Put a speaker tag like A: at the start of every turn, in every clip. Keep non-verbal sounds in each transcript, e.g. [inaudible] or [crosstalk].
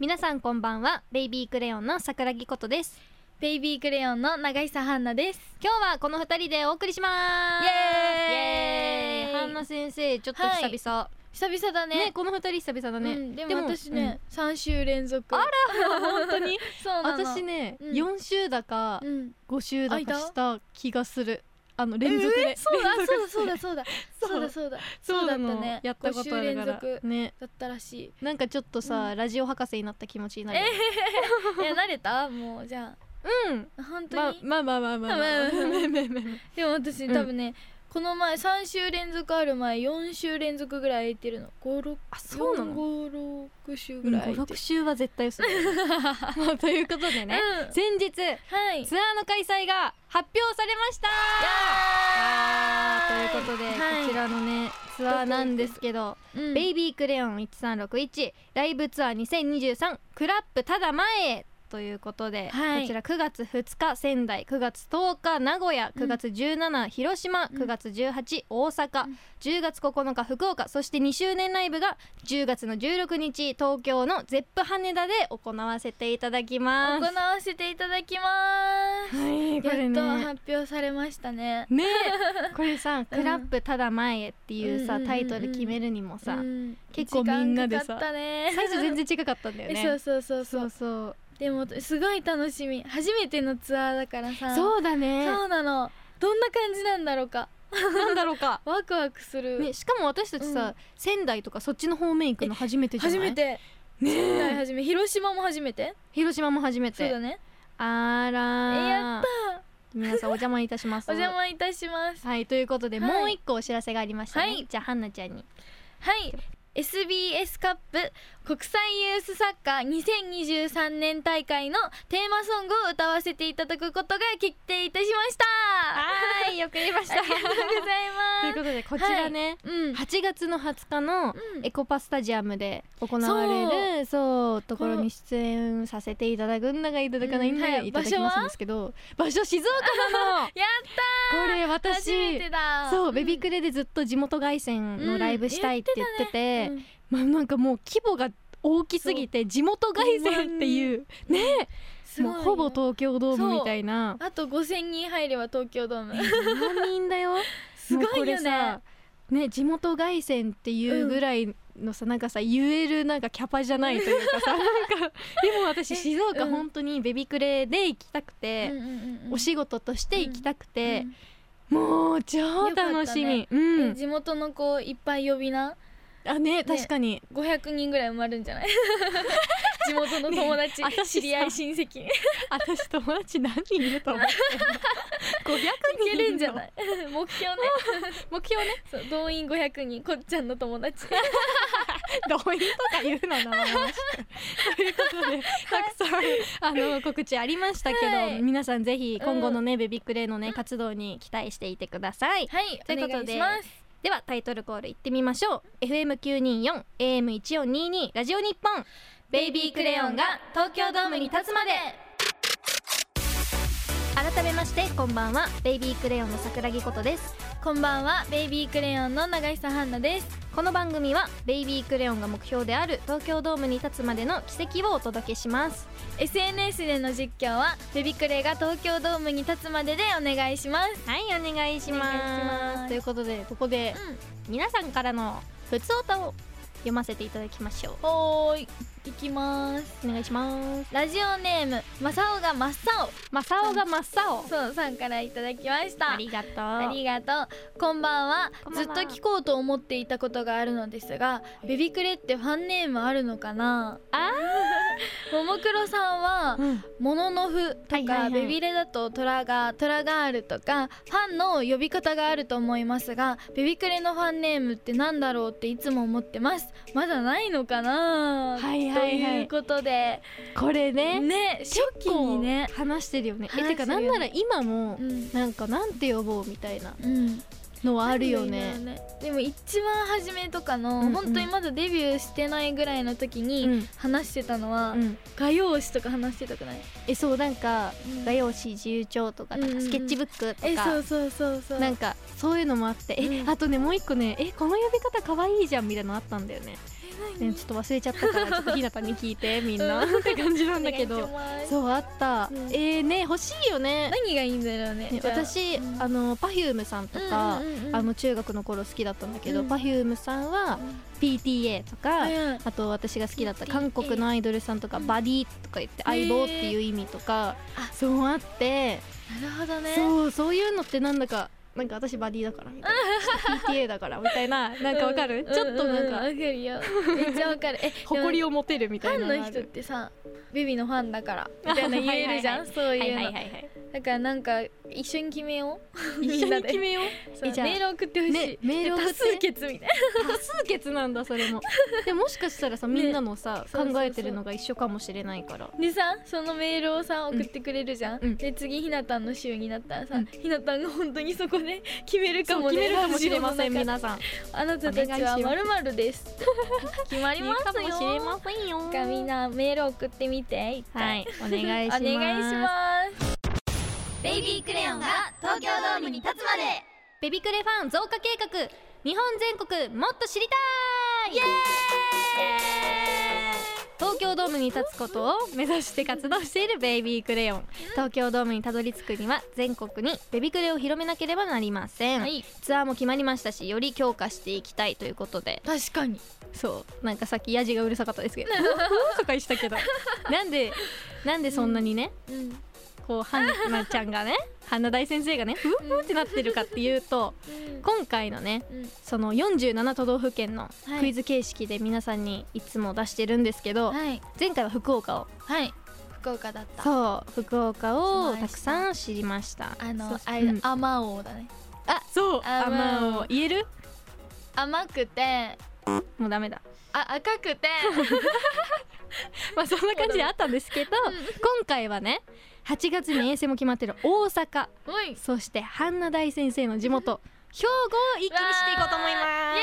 A: 皆さんこんばんはベイビークレヨンの桜木ことです
B: ベイビークレヨンの長久ハンナです
A: 今日はこの二人でお送りします
B: イエー
A: イ
B: イ
A: エハンナ先生ちょっと久々、
B: 久々だね
A: ねこの二人久々だ
B: う
A: ね、
B: んでも私ね、三週連続
A: あら本当に
B: そうなの
A: 私ね、
B: うん
A: 四週だか
B: うん
A: 五週だか
B: 間
A: した気がするあの連続で、
B: えーそうだそうだそうだそうだ
A: そう
B: そうだそ
A: そうな
B: うだ [laughs] そうだ
A: の
B: ったね
A: やったことあるか
B: 五週
A: ら
B: 連続
A: ね
B: だったらしい
A: なんかちょっとさ、
B: う
A: ラジオ博士になった気持ちになる、
B: え慣れたもうじゃ
A: うん
B: あ本当
A: ま
B: に、
A: まあまあまあまあまあまあ
B: まあまあまあ
A: まあまあ [laughs]
B: でも私
A: うん
B: 多分ね、この前三週連続ある前四週連続ぐらい空いてるの五六
A: あそうなの
B: 五六週
A: う
B: ぐ
A: ん
B: らい空いてる、
A: 56週は絶対そうだよ [laughs] まあということでね、
B: うん
A: 先日
B: はい
A: ツアーの開催が発表されましたわーということで、
B: はい
A: こちらのねツアーなんですけど「
B: うん
A: ベイビークレヨン1361ライブツアー2023クラップただ前へ」ということで、
B: はい
A: こちら9月2日仙台9月10日名古屋
B: うん
A: 9月17、広島
B: うん
A: 9月18大阪、
B: うん
A: 10月9日福岡そして2周年ライブが10月の16日東京のゼップ羽田で行わせていただき
B: 行
A: ます。
B: わせていただきます
A: はいこ
B: [laughs] や
A: れ
B: っと
A: ね
B: 発表されましたね
A: ねこれさ「クラップただ前へ」っていうさ、
B: うん
A: タイトル決めるにもさ、
B: うん
A: 結構みんなでさ
B: 時間かかったね
A: 最初全然近かったんだよね。
B: [laughs] そうそうそうそう
A: そうそう
B: でもすごい楽しみ初めてのツアーだからさ
A: そうだね
B: そうなのどんな感じなんだろうか
A: なんだろう
B: [laughs]
A: か
B: ワクワクする、
A: ねしかも私たちさ、
B: うん
A: 仙台とかそっちの方面行くの初めてじゃな
B: 初
A: い
B: めて仙台初め広島も初めて
A: 広島も初め
B: そう
A: て
B: だね
A: あら
B: えやった
A: 皆さんお邪魔いたします
B: お邪魔いたします
A: はいということで、
B: はい
A: もう一個お知らせがありましたね、
B: はい
A: じゃあハンナちゃんに
B: はい SBS カップ国際ユースサッカー2023年大会のテーマソングを歌わせていただくことが決定いたしました
A: [laughs] いよく言いまし
B: ありがとうござ
A: とい
B: いう
A: こ [laughs]
B: ま
A: とでこちらね、
B: すうん
A: 8月の20日の
B: うん
A: エコパスタジアムで行われるそうところに出演させていただくんだがいただかないんだが
B: うんはい
A: いただきますんですけど、場所静岡なの
B: [laughs] やっ
A: これ
B: た
A: 私
B: 初めてだ
A: そう、
B: ん
A: ベビクレでずっと地元凱旋のライブしたいって言ってて、
B: うん
A: まあ、なんかもう規模が大きすぎて地元凱旋っていうね
B: すごい
A: も
B: よ
A: うほぼ東京ドームみたいな
B: あと5000人入れば東京ドーム
A: 何人だよ
B: [laughs] すご
A: もうこ
B: い
A: れ
B: よね
A: さね地元凱旋っていうぐらいのさ、なんかさ言えるなんかキャパじゃないというかさな
B: [laughs]
A: んかでも私静岡
B: うん
A: 本当にベビクレで行きたく
B: うん
A: て、
B: うんうん
A: お仕事として行きたくて、
B: うん
A: もう超楽しみ、
B: よ
A: う
B: え
A: ん
B: 地元の子いっぱい呼びな
A: あね確かに
B: 500人ぐらい埋まるんじ
A: [laughs]
B: ゃない地元の友達、
A: ねえ私さ
B: 知り合い親戚
A: [laughs]
B: い
A: 私友達何人いると思って500
B: [laughs]
A: 人
B: けるんじゃないい [laughs] 目標ね
A: [laughs] 目標ね
B: そう動員500人こっちゃんの友達
A: 動員とか言うななまましくということでたくさんあの告知ありましたけど、
B: はい
A: 皆さんぜひ今後のね、ベビクレのね活動に期待していてください
B: はい
A: ということで
B: お願いします
A: ではタイトルコールいってみましょう FM924 AM1422 ラジオ日本ベイビークレヨンが東京ドームに立つまで改めましてこんばんはベイビークレヨンの桜木ことです
B: こんばんはベイビークレヨンの長久ハンナです
A: この番組はベイビークレヨンが目標である東京ドームに立つまでの奇跡をお届けします
B: SNS での実況はベビクレが東京ドームに立つまででお願いします
A: はいお願いし
B: お
A: ま
B: 願
A: す
B: いします
A: ということでここで
B: う
A: 皆さんからの普通歌を読ませていただきましょうん
B: おーい行きます
A: お願いします
B: ラジオネームまさおが真っ
A: マサオが真っ青
B: 青そうさんからいただきました
A: ありがとう
B: ありがとうこんばんは
A: こんば
B: ず
A: ん
B: っと
A: は
B: 聞こうと思っていたことがあるのですがベビクレってファンネームあるのかな
A: あ
B: [laughs] ももクロさんは
A: うん
B: モノノフとか、
A: はいはいはい
B: ベビレだとトラガートラガールとかファンの呼び方があると思いますがベビクレのファンネームってなんだろうっていつも思ってますまだないのか
A: は
B: な、
A: いはいはい
B: ということで
A: これね
B: ね初期にね、
A: 結構話してるよねえ
B: 話してる
A: て
B: よね
A: かなんなら今も
B: うん
A: なんかなんて呼ぼうみたいな
B: うん、
A: のはあるよね
B: 何がいいんだろうねでも一番初めとかの、
A: うんうん
B: 本当にまだデビューしてないぐらいの時に、
A: うん
B: 話してたのは、
A: うん
B: 画用紙とか話してたくない、
A: えそうなんか
B: うん
A: 画用紙自由帳とかとか
B: うんうんうん
A: スケッチブックとか
B: えそうそうそうそう
A: なんかそういうのもあって、え
B: うん
A: あとねもう一個ねえこの呼び方かわいいじゃんみたいなのあったんだよね
B: え何
A: ね、ちょっと忘れちゃった
B: [laughs]
A: からちょっとひなたに聞いてみんなって感じなんだけどそうあった、
B: うん
A: えー、ね欲しいよね
B: 何がいいんだろうね
A: ね
B: じゃあ
A: 私、
B: うん
A: あの Perfume さんとか、
B: うんうんうん
A: あの中学の頃好きだったんだけど、
B: うん
A: Perfume さんは PTA とか、
B: うん
A: あと私が好きだった韓
B: PTA
A: 国のアイドルさんとか、
B: うん
A: バディとか言って相棒っていう意味とか、
B: あ
A: そうあって、
B: なるほどね
A: そうそういうのってなんだかなんか私バディだからみたいな PTA だからみたいななんかわかる、
B: うん
A: ちょっとなん
B: うう
A: か、
B: わか
A: [laughs]
B: るよめっちゃわかるえ
A: 誇り
B: を
A: を持てるみ
B: フ
A: たいな
B: ァン
A: があ
B: の
A: る
B: 人ってさビビのファンだから
A: [laughs]
B: みたいな言えるじゃんそう
A: はい
B: いう
A: は
B: の、
A: いはいはい
B: だからなんか一緒に決めよう
A: 一緒に決
B: よ
A: めよう
B: う
A: えじゃあ
B: メール送ってほしい、
A: ねメール送って
B: 多数決みたいな
A: 多数決なんだそれ [laughs] もでもしかしたらさみんなのさ、
B: そうそうそう
A: 考えてるのが一緒かもしれないから
B: でさそのメールをさ
A: うん
B: 送ってくれるじゃん、
A: うん
B: で次ひなたんの週になったらさ、
A: うん
B: ひなたんが本当にそこで決めるか
A: そう
B: も、ね、
A: 決めるかもしれません
B: ラジオの中
A: 皆さん
B: あなたたちは
A: お願いし
B: まるまるです決まりますよ
A: かもしれませんよ
B: がみんなメール送ってみて一
A: は
B: 回
A: いお願いします
B: お願いします
C: ベイビークレヨンが東京ドームに立つまで
A: ベビクレファン増加計画日本全国もっと知りたいイエーイ東京ドームに立つことを目指して活動しているベイビークレヨン東京ドームにたどり着くには全国にベビクレを広めなければなりません、
B: はい
A: ツアーも決まりましたしより強化していきたいということで
B: 確かに
A: そうなんかさっきヤジがうるさかった
B: [laughs]
A: ですけど [laughs] ふーとか言ってたけどなんでなんでそんなにね、
B: うん
A: こうはんなちゃんがね花大先生がねふーふーってなってるかっていうと今回のね
B: うん
A: その47都道府県の
B: はい
A: クイズ形式で皆さんにいつも出してるんですけど、
B: はい
A: 前回は福岡を
B: はい福岡だった
A: そう福岡を
B: 知りました
A: たくさん知りました
B: あの
A: そう
B: あ
A: う
B: れ
A: ん
B: アマ王だね
A: あそう
B: あ
A: あ
B: まあ
A: まあ言える
B: 甘くて
A: もうダメだ
B: あ赤く [laughs] て
A: [laughs] まあそんな感じであったんですけど、
B: ん
A: 今回はね8月に遠征も決まってる大阪
B: おい
A: そしてハンナ大先生の地元兵庫を一気にしていこうと思います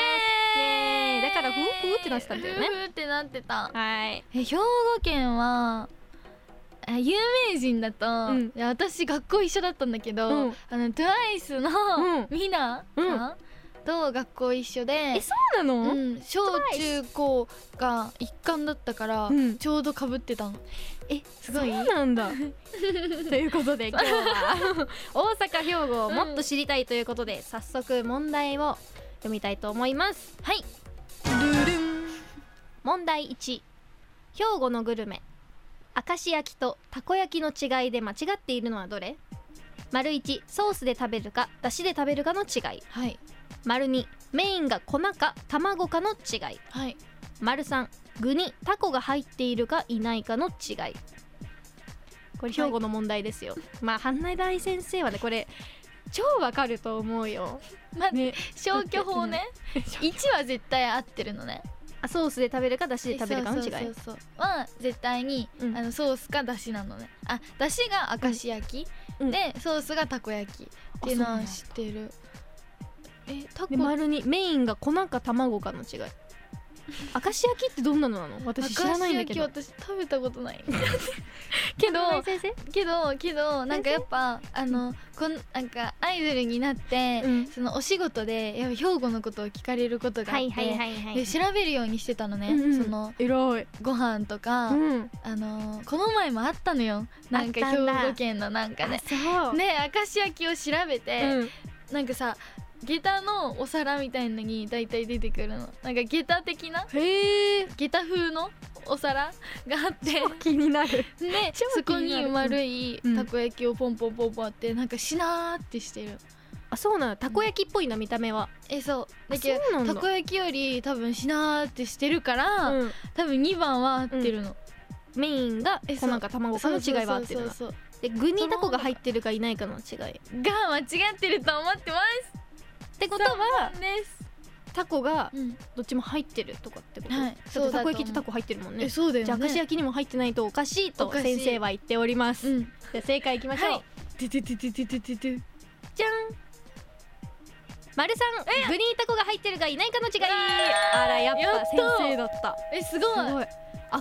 B: イエーイ
A: イエーイだからふうふうってなってたんだよね
B: ふうふうってなってた
A: はい
B: え兵庫県はえ有名人だと、
A: うん
B: いや私学校一緒だったんだけど、
A: うん
B: あの TWICE の
A: うん
B: みなさん、と学校一緒で
A: えそうなの、
B: うん、小中高が一貫だったから、
A: うん
B: ちょうどかぶってたの
A: え
B: すごい
A: そうなんだ [laughs] ということで今日 [laughs] は大阪兵庫をもっと知りたいということで、早速問題を読みたいと思いますはいルルン問題1兵庫のグルメ明石焼きとたこ焼きの違いで間違っているのはどれ丸1ソースで食べるかだしで食べるかの違い
B: はい
A: 丸2メインが粉か卵かの違い
B: はい
A: 丸三具にタコが入っているかいないかの違いこれ兵庫の問題ですよ、まあ半内大先生はねこれ超わかると思うよ、
B: まあ、
A: ね、
B: 消去法
A: [laughs]
B: ね1は絶対合ってるのね
A: あソースで食べるかだしで食べるかの違い
B: そうそうそうそうは絶対に、
A: うん
B: あのソースかだしなのねあだしが明石焼き、
A: うん
B: でソースがたこ焼きっていうの
A: あそうな
B: は
A: んだ
B: 知ってるえたこ
A: で丸にメインが粉か卵かの
B: [laughs]
A: 違い明石焼きってどんなのなの
B: 明
A: 私
B: 石
A: 知らないんだ
B: 焼
A: け
B: き
A: ど
B: 私食べたことない
A: [laughs] け
B: ど
A: 先生
B: けどけどなんかやっぱあのこんなんかアイドルになって、
A: うん
B: そのお仕事でやっぱ兵庫のことを聞かれることがあ
A: は
B: って、
A: いはいはいは
B: で
A: い
B: 調べるようにしてたのね、
A: うんうん
B: その
A: 偉い、
B: ご飯とか、
A: うん、
B: あのこの前もあったのよなんか
A: あっ
B: 兵
A: たんだ
B: 庫県のなんかね
A: そう、
B: ね明石焼きを調べて、
A: うん、
B: なんかさ下駄のお皿みたいのに大体出てくるのなんか下駄的な
A: へえ
B: 下駄風のお皿があって
A: 気になる
B: で
A: 超
B: そこ
A: 気になる
B: に丸い
A: うん
B: たこ焼きをポンポンポンポンってなんかしなーってしてる
A: あそうなのたこ焼きっぽいな見た目は
B: えそうだけ
A: あそうなんだ
B: どたこ焼きより多分しなーってしてるから、
A: うん
B: 多分2番は合ってるの、
A: メインが
B: え
A: 粉
B: そう
A: か卵かの違いは合ってるな
B: そうそう
A: で具にタコが入ってるかいないかの違いっ
B: そうが間違ってると思ってま
A: てことは
B: すです、
A: タコが
B: うん、
A: どっちも入ってるとかってこと、
B: はい
A: だ
B: そ
A: っ
B: うだと思
A: てたこ焼
B: う
A: きってタコ入ってるもんね
B: えそうだよ
A: じゃあ
B: ね
A: 明石焼きにも入ってないとおかしいと
B: おかしい
A: 先生は言っております、
B: うん
A: じゃあ正解いきましょう、
B: はいてててててててて
A: じゃん丸さん具にタコが入ってるかいないかの違いあらやっ
B: やっ
A: ぱ先
B: た
A: 生だった
B: えすごい
A: すごい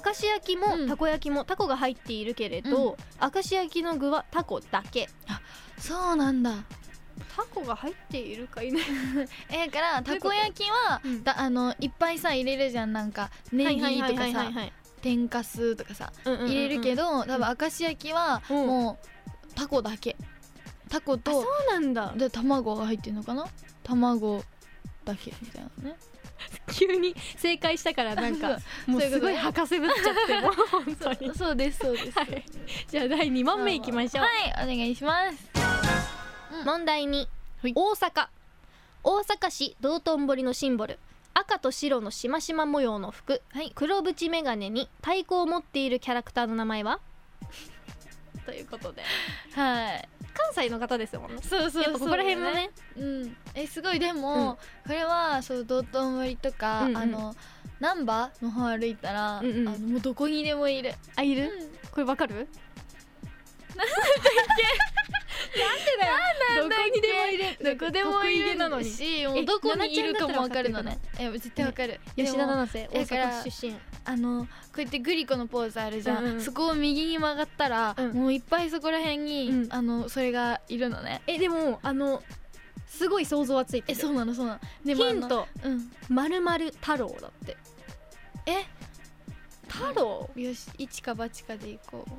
A: 明石焼きも
B: うん
A: たこ焼きもタコが入っているけれど、明石焼きの具はタコだけ
B: そうなんだ
A: タコが入っているかいないか
B: えだから
A: どうい
B: た
A: うこと
B: こ焼きは
A: うん
B: だあのいっぱいさ入れるじゃんなんかネギとかさ
A: はい
B: 天かすとかさ入
A: 入
B: れるけ
A: ど
B: ど、多分明石焼きは
A: うん
B: もうタコだけタコ
A: そ
B: と
A: うなんだ
B: で卵が入ってるのかな卵だけみたいなね
A: 急に正解したからなんかもう
B: [laughs] そういうことね
A: すごい博士ぶっちゃってもう本当に
B: そうですそうです
A: はいじゃあ第2問目いきましょう
B: はいお願いします
A: 問題に
B: はい
A: 大阪大阪市道頓堀のシンボル赤と白のしましま模様の服、黒縁眼鏡に太鼓を持っているキャラクターの名前は [laughs] ということで
B: はい
A: 関西の方ですもんね
B: そうそう
A: やっぱここら辺もね
B: うんえすごいでも、
A: うん
B: これはそう道頓堀とか、
A: うんうん
B: あの難波の方歩いたら、
A: うんうん
B: あのもうどこにでもいる、
A: あいうる、これわかるなんだっけなんでだよどこにでもいるどこでもいるなのに
B: しも
A: え
B: うどこにいるかもわかるの
A: 奈
B: ねえ絶対わかる、
A: 吉田
B: でも
A: 七瀬大
B: だから
A: 阪出身
B: あのこうやってグリコのポーズあるじゃん、
A: うんうん
B: そこを右に曲がったら、
A: うん
B: もういっぱいそこら辺に、
A: うん
B: あのそれがいるのね
A: えでもあのすごい想像はついて
B: え
A: る
B: そうなのそうなのでもあ
A: ヒ
B: の
A: ント
B: うん
A: 「まるまる太郎」だって
B: え
A: 太郎
B: よし一か八かでいこう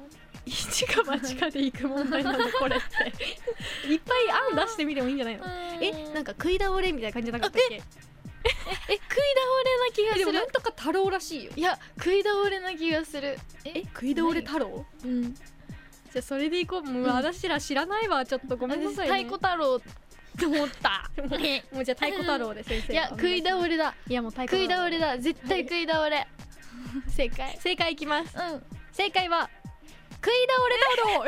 A: 一か八かで行く問題なんだこれって [laughs] いっぱい案出してみてもいいんじゃない
B: [laughs]
A: のえなん
B: か
A: か食い倒れみたいな感じじゃなかったっけ
B: え食い倒れな気
A: え
B: が
A: でも
B: す
A: な
B: る
A: んとか太郎らしいよ
B: いや食い倒れな気がする
A: え食い倒れ太郎
B: うん
A: じゃあそれでいこうもう
B: うん
A: 私ら知らないわちょっとごめんなさいね
B: 私太鼓太郎
A: って思ったも [laughs]
B: いう
A: じゃあ太鼓太郎で先生
B: や食い倒
A: れ
B: れだ
A: いやもう太
B: 食
A: 鼓
B: い倒れ
A: だ
B: だ絶対食い倒れ正解
A: [laughs] 正解いきます
B: うんわ
A: 正解は食い倒れ太郎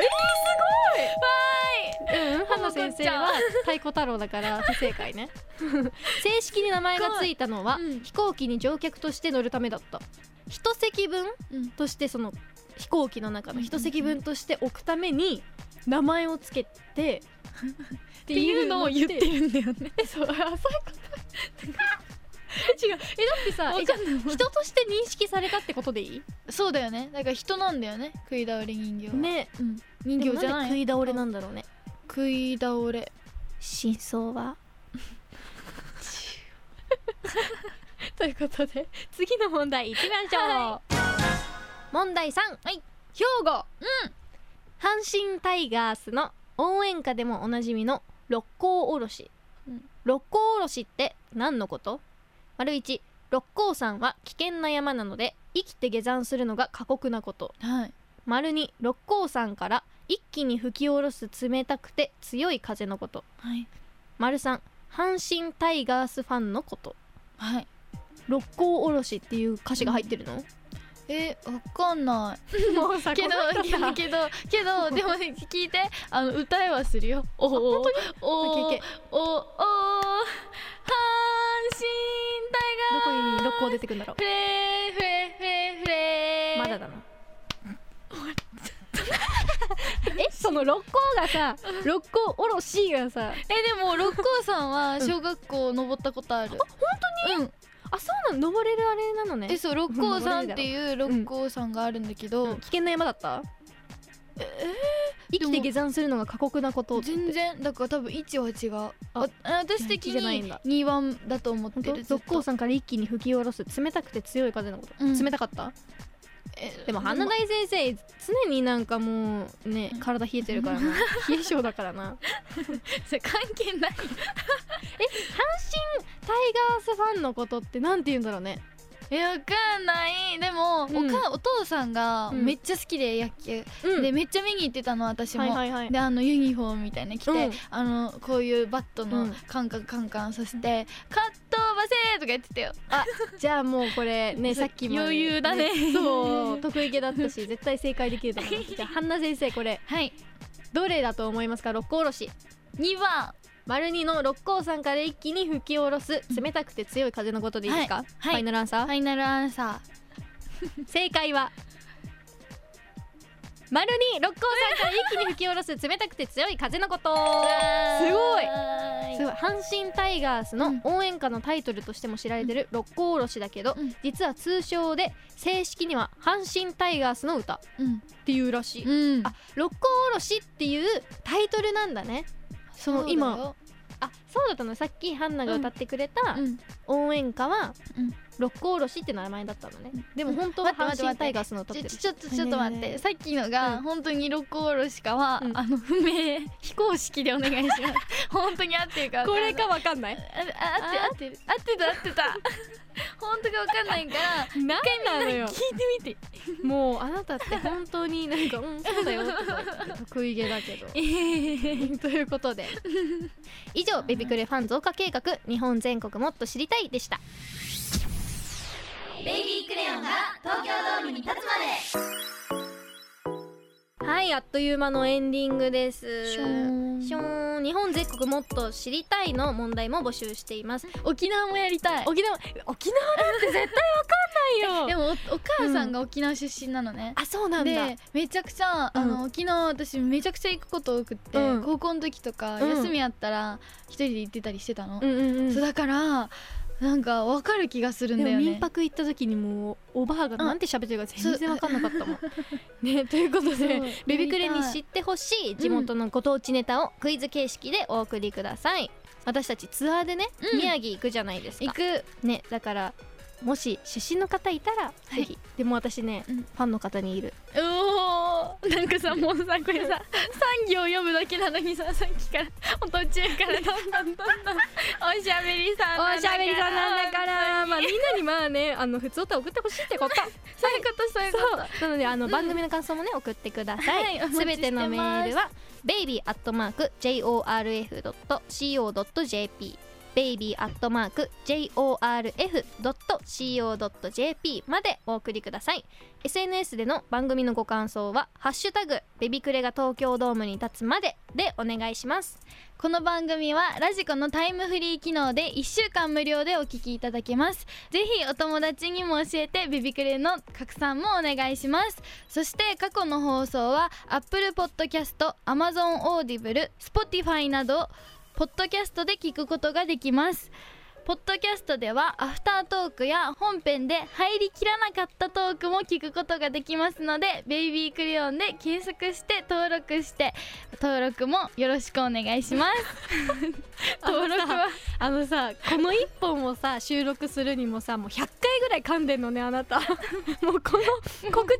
A: えうん、花先生は太鼓太郎だから不正解 [laughs] ね正式に名前がついたのは、
B: うん
A: 飛行機に乗客として乗るためだった一席分
B: ーいうん
A: としてその飛行機の中の一席分として置くために名前をつけ [laughs] てっていうのを言って
B: るんだよね
A: えそうあそういうこと違うえだってさえじゃあ人として認識されたってことでい
B: そうだよねだから人なんだよね食い倒れ人形はい
A: ね
B: うん人
A: でも
B: 形じゃ
A: なん
B: な
A: で
B: い
A: 食い倒れなんんだろうね
B: 食い倒れ
A: 真相は [laughs] ということで次の問題いきましょう、問題3、はい、兵庫、うん、阪神タイガースの応援歌でもおなじみの六甲おろし、
B: うん
A: 六甲おろしって何のこと丸一六甲山は危険な山なので生きて下山するのが過酷なこと
B: はい
A: 丸二六甲山から一気に吹き下ろす冷たくて強い風のこと
B: はい
A: 丸三阪神タイガースファンのこと
B: はい
A: 六甲おろしっていう歌詞が入ってるの、
B: えわかんない
A: もうさ
B: けどけどけどけどでもね聞いてあの歌えはするよおおおおおおお阪神
A: ど
B: タ
A: こ
B: イガー
A: に六甲出てくるんだろう
B: フレーフレーフレーフレー
A: まだだなえその六甲がさ六甲おろしがさ
B: えでも六甲山は小学校登ったことある、本当にうん
A: あそうなの登れるあれなのね
B: えそう六甲山っていう六甲山があるんだけど、
A: 危険な山だったえ生きて下山するのが過酷なことって
B: 全然だから多分1は違うあ私的
A: じゃない
B: に
A: んだ
B: 2番だと思って
A: 本当
B: るずっ
A: 六
B: と
A: 甲山から一気に吹き下ろす冷たくて強い風のこと、
B: うん
A: 冷たかった
B: え
A: でも花大先生常になんかもうね体冷えてる
B: [laughs]
A: からな冷え性だからな
B: それ [laughs] 関係ない
A: 阪神タイガースファンのことってなんて言うんだろうね
B: えわかんないでも、
A: うん
B: おかお父さんが
A: うん
B: めっちゃ好きで野球、
A: うん
B: でめっちゃ見に行ってたの私も、
A: はいはいはい
B: であのユニフォームみたいなの着て、
A: うん
B: あのこういうバット
A: う
B: の
A: ん
B: カンカンカンカンさせて「カットバセー!」とか言ってたよ
A: じゃあもうこれねさっきも
B: 余裕だね [laughs]
A: そう得意げだったし絶対正解できると思いますじゃあ半田先生これ
B: はい
A: どれだと思いますか六甲おろし
B: 2番
A: 丸二の六甲山から一気に吹き下ろす冷たくて強い風のことでいいですか、
B: はい
A: ファイナルアンサー
B: ファイナルアンサ
A: 正解は丸に六甲山から一気に吹き下ろす冷たくて強い風のこと
B: [laughs] ー
A: すごい
B: は
A: すごい阪神タイガース
B: う
A: の
B: ん
A: 応援歌のタイトルとしても知られてる六甲おろしだけど、
B: うん
A: 実は通称で正式には阪神タイガースの歌っ
B: うん
A: ていうらしい、
B: うん
A: あ六甲おろしっていうタイトルなんだね
B: そ
A: の今そうだったのさっきハンナが歌ってくれた
B: うん
A: 応援歌は
B: うん
A: 六甲おろしって名前だったのねでも本当
B: う
A: は
B: ん待
A: 阪
B: って
A: 神タイガースの歌っ
B: ち
A: て
B: ょ
A: る
B: ちょちょっとちょっと待
A: ね
B: っ
A: えねえ
B: てさっきの
A: う
B: が
A: ん
B: 本当に六甲おろしかは、
A: うん
B: あの不明非公式でお願いします
A: [laughs]
B: 本当に合ってるかわ
A: こ
B: んな
A: れ
B: い
A: かわかんない
B: ああ合ってる合ってる合ってた合ってた [laughs] 本当かわかんないから
A: 何なのよ
B: いてみて
A: もうあなたって本当になんか「うんそうだよ」とか言って得意げだ [laughs] けど。ということで以上「ベビクレファン増加計画日本全国もっと知りたい」でした。
C: ベイビークレヨンが東京ドームに立つまで
A: はいあっという間のエンディングです。
B: ショーン
A: ショーン日本全国もっと知りたいの問題も募集しています。
B: 沖縄もやりたい
A: 沖縄沖縄なんて絶対わ [laughs] かんない
B: で
A: よ。
B: もおお母さんが沖縄出身なのね、
A: あそうなんだ
B: で。めちゃくちゃあ
A: う
B: の、
A: ん
B: 沖縄私めちゃくちゃ行くこと多くって、
A: うん
B: 高校の時とか
A: うん
B: 休みあったら一人で行ってたりしてたの、
A: うんうん
B: そうだからなんかわかる気がするんだ
A: でも
B: よね
A: 民泊行った時にもうおばあがなんて喋ってるか全然わかんなかったもん。 [laughs] ねということ
B: そう
A: でベビクレ
B: やり
A: に
B: たい
A: 知ってほしい地元のご当地ネタをクイズ形式でお送りください。私たちツアーでね、
B: うん
A: 宮城行くじゃないですか
B: 行。く
A: ねだからもし出身の方いたら
B: い
A: ぜひ。でも私ね、
B: うん
A: ファンの方にいる。
B: おーなんかさもうさこれさ産業読むだけなのにささっきからもう途中からどんどんどんどん
A: [laughs]
B: おしゃべりさんなんだから
A: ら、まあみんなにまあねあの普通歌送ってほしいってこと。
B: [laughs] そういうこと [laughs] そういうこ
A: そうなのであの番組の感想もね送ってくださ
B: はいいお
A: す
B: 待ちしてま
A: べ
B: す
A: てのメールは baby.jorf.co.jp baby.jorf.co.jp までお送りください SNS での番組のご感想は「ハッシュタグベビクレが東京ドームに立つまで」でお願いします
B: とこの番組はラジコのタイムフリー機能で1週間無料でお聞きいただけますぜひお友達にも教えてビビクレの拡散もお願いしますそして過去の放送は Apple Podcast、Amazon Audible、Spotify などポッドキャストで聞くことができますポッドキャストではアフタートークや本編で入りきらなかったトークも聞くことができますのでベイビークレヨンで検索して登録して登録もよろしくお願いします
A: [laughs]
B: 登録は
A: あのさこの1本をさ収録するにもさもう100回ぐらい噛んでんのねあなたもうこの告知終わらないん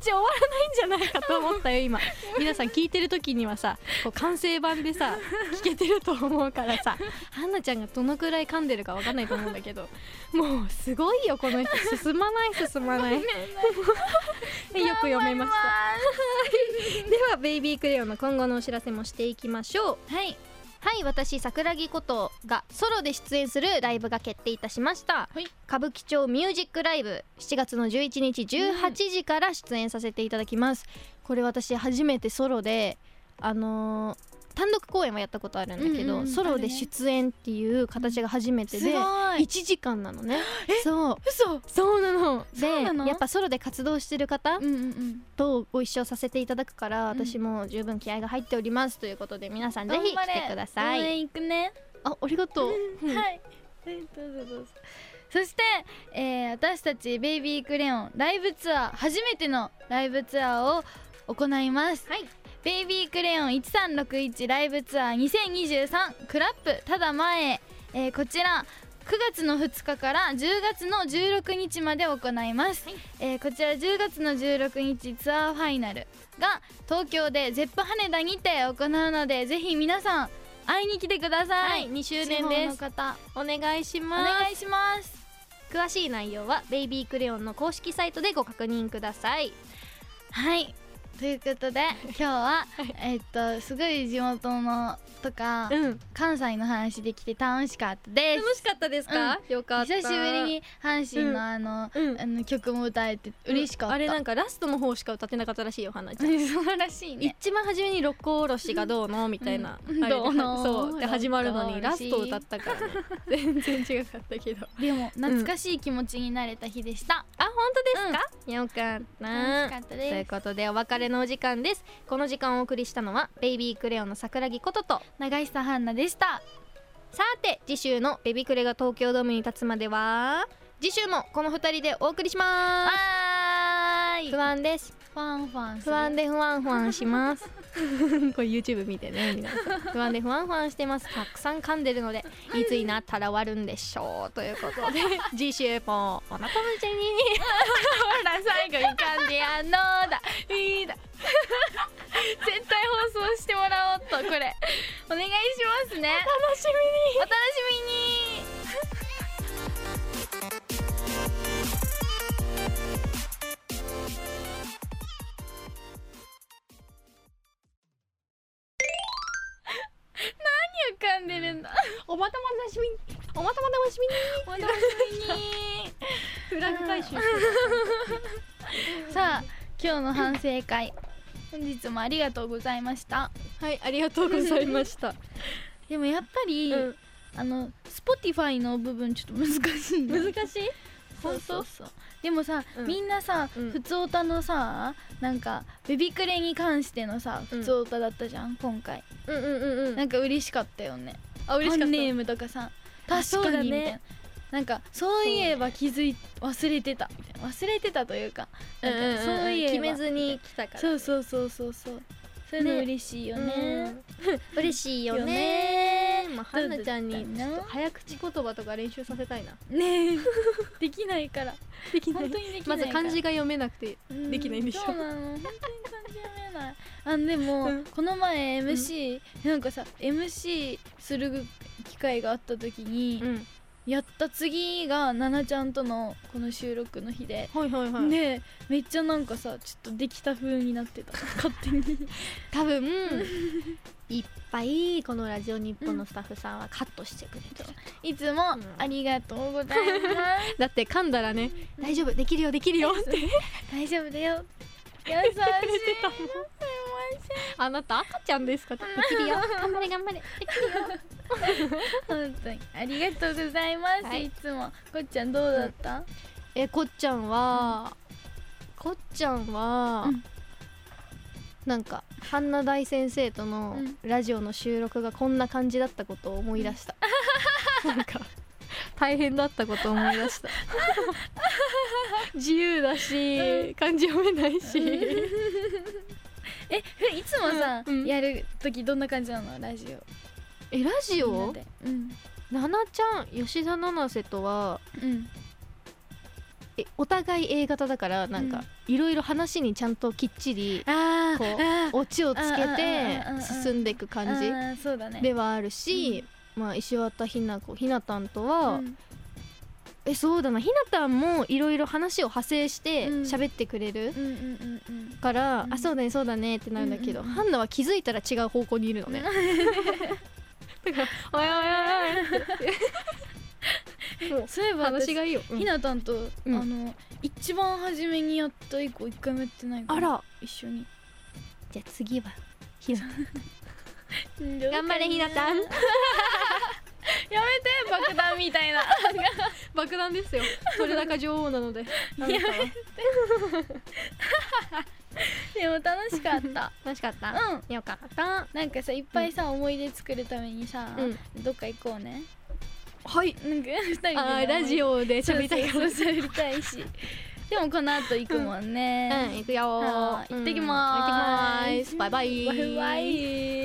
A: じゃないかと思ったよ今皆さん聞いてる時にはさこう完成版でさ聞けてると思うからさはんなちゃんがどのくらい噛んでるかわかんないと思うんだけどもうすごいよこの人進まない進ま
B: [laughs]
A: ないよく読めましたではベイビークレヨンの今後のお知らせもしていきましょうはいはい私桜木ことがソロで出演するライブが決定いたしました、
B: はい
A: 歌舞伎町ミュージックライブ7月の11日18時から出演させていただきます、これ私初めてソロであのー単独公演はやったことあるんだけど、
B: うんうん
A: ソロで出演っていう形が初めて
B: す
A: で、
B: ごい
A: 1時間なのねそう
B: 嘘
A: そうなの
B: そうなの
A: でやっぱソロで活動してる方、
B: うんうん
A: とご一緒させていただくから
B: うん
A: 私も十分気合が入っておりますということで皆さ
B: うん
A: んぜひ来てくださ
B: 応
A: い
B: 援行くね
A: あありがとう
B: はい。どうぞどうぞ。そして、えー私たちベイビークレヨンライブツアー初めてのライブツアーを行います。
A: はい
B: ベイビークレヨン1361ライブツアー2023クラップただ前へ、えーこちら9月の2日から10月の16日まで行います、えーこちら10月の16日ツアーファイナルが東京でゼップ羽田にて行うのでぜひ皆さん会いに来てくださ、
A: はいい2周年です
B: 地方の方
A: お願いし
B: お
A: ま
B: 願いします
A: す詳しい内容はベイビークレヨンの公式サイトでご確認ください
B: はいということで今日は、えっとすごい地元のとか、
A: うん
B: 関西の話できて楽しかったです
A: 楽しかったですかよかった
B: 久しぶりに阪神
A: うん
B: のあの,、
A: うん
B: あの曲も歌えて嬉しかった、
A: あれ
B: [laughs]
A: なんかラストの方しか歌ってなかったらしいよ花ちゃん
B: 素晴らしいね
A: 一番初めに六甲おろしがどうのみたいな
B: うん
A: あれで
B: どうの
A: そうで始まるのに
B: 六甲お
A: ラ
B: ろ
A: ス
B: し
A: ト歌ったからね [laughs] 全然違かったけど
B: でも懐かしい気持ちになれた日でした、
A: あ本当ですかよかった
B: 楽しかった
A: と
B: で
A: いう
B: す
A: ことでお別れのお時間ですこの時間をお送りしたのはベイビークレヨンの桜木ことと
B: 長久絆奈でした
A: さて次週のベビクレが東京ドームに立つまでは次週もこの二人でお送りしま
B: バイ
A: す不安です
B: ファンファン
A: 不安
B: で
A: で不安不安します [laughs] これ YouTube 見てね皆さん不安で不安不安してますたくさん噛んでるのでいつになったら終わるんでしょうということ [laughs] で次週もお楽しみ
B: [laughs]
A: にほら最後に噛んでやんのだいいだ
B: 絶対放送してもらおうっとこれお願いしますね
A: 楽しみに
B: お楽
A: [laughs]
B: しみに何を噛んでるんだ
A: おまたま楽しみにおまたま楽しみに
B: お楽しみ
A: フラグ回収して
B: に [laughs] さあ今日の反省会本日もありがとうございました
A: はいありがとうございました、
B: でもやっぱり、
A: [laughs] うん
B: あの Spotify の部分ちょっと難しいんだよね
A: しい
B: そうそうそうでもさ、
A: うん
B: みんなさ、
A: うん
B: ふつおたのさなんかベビクレに関してのさ
A: うん
B: ふつおただったじゃん、今回
A: うんうんうんうん
B: なんか嬉しかったよね
A: あ
B: ファンネームとかさ
A: あ
B: 確
A: そ
B: かにみたい
A: うだ
B: な、
A: ね
B: なんかそういえば気づい忘れてたみたいな忘れてたというか
A: うんうんうん
B: なんかそういえば
A: 決めずに来たから
B: そうそうそうそうそうそういうの
A: ね
B: 嬉しいよね
A: うん嬉しいよ
B: よ
A: ねまあ
B: ど
A: は
B: うだ
A: な
B: った
A: ちゃんに
B: な
A: 早口言葉とか練習させたいな
B: ねえ [laughs] できないから
A: でき
B: 本当にでき
A: ま
B: ないか
A: ず
B: ら
A: 漢字が読めなくて
B: うん
A: できないんでしょ
B: そうなの本当に感じ読めないあでも、
A: うん
B: この前 MC、なんかさ MC する機会があった時に、
A: ん
B: やった次がななちゃんとのこの収録の日で、
A: はいはいはい
B: でめっちゃなんかさちょっとできた風になって [laughs] た勝手に
A: 多分いっぱいこのラジオ日本のスタッフさんはカットしてくれてる
B: いつも
A: うん
B: ありがとうございます
A: だって噛んだらね大丈夫できるよできるよって
B: [laughs] 大丈夫だよ優しい優し [laughs] い
A: たもんあなた赤ちゃんです [laughs] かできるよ頑張れ頑張れ
B: 本当にありがとうございます、
A: はい
B: い、つもこっちゃんどうだった、
A: えこっちゃんは、こっちゃんは、
B: うん
A: なんかハンナ大先生との
B: うん
A: ラジオの収録がこんな感じだったことを思い出した、なんか大変だったことを思い出した自由だし、漢字読めないし、
B: [laughs] えふいつもさ、
A: うんうん
B: やる時どんな感じなのラジ
A: えラジ
B: オみんな
A: オ
B: でうん
A: ななちゃん吉田七瀬とは
B: うん
A: えお互い A 型だからなんかいろいろ話にちゃんときっちり
B: あー
A: こう
B: あー
A: オチをつけて
B: ああああああ
A: 進んでいく感じ
B: あーそうだね
A: ではあるし、まあ、石渡ひな子ひなたんとは、
B: うん
A: えそうだなひなたんもいろいろ話を派生して
B: うん
A: 喋ってくれる
B: うんうんうんうん
A: から、
B: うん
A: あそうだねそうだねってなるんだけど、
B: うんうんうん
A: ハンナは気づいたら違う方向にいるのね。 [laughs] だからおい [laughs] おいおいおいってもう
B: そういえば私
A: 話がいいよ、うん
B: ひなたんと、
A: うん
B: あの一番初めにやった以降一回もやってないから
A: あら
B: 一緒に
A: じゃあ次はひ [laughs] な
B: 頑
A: 張れひなたん
B: やめて爆弾みた
A: [laughs]
B: いな
A: [laughs] 爆弾ですよ取れ高女王なの [laughs] で
B: やめてでも楽しか
A: [laughs]
B: った
A: 楽しかった、
B: うん
A: よかった
B: なんかさいっぱいさ、思い出作るためにさ、
A: う
B: どっか行こうね
A: はい
B: なんか二人で
A: あーラジオで喋
B: 喋
A: り
B: り
A: た
B: た
A: い
B: い
A: から
B: そうそう喋りたいしでもこの後行くもんね、
A: うん、行くよ
B: は
A: ー。
B: い行ってきます
A: うん行ってきます。バイバイ。
B: バイバイ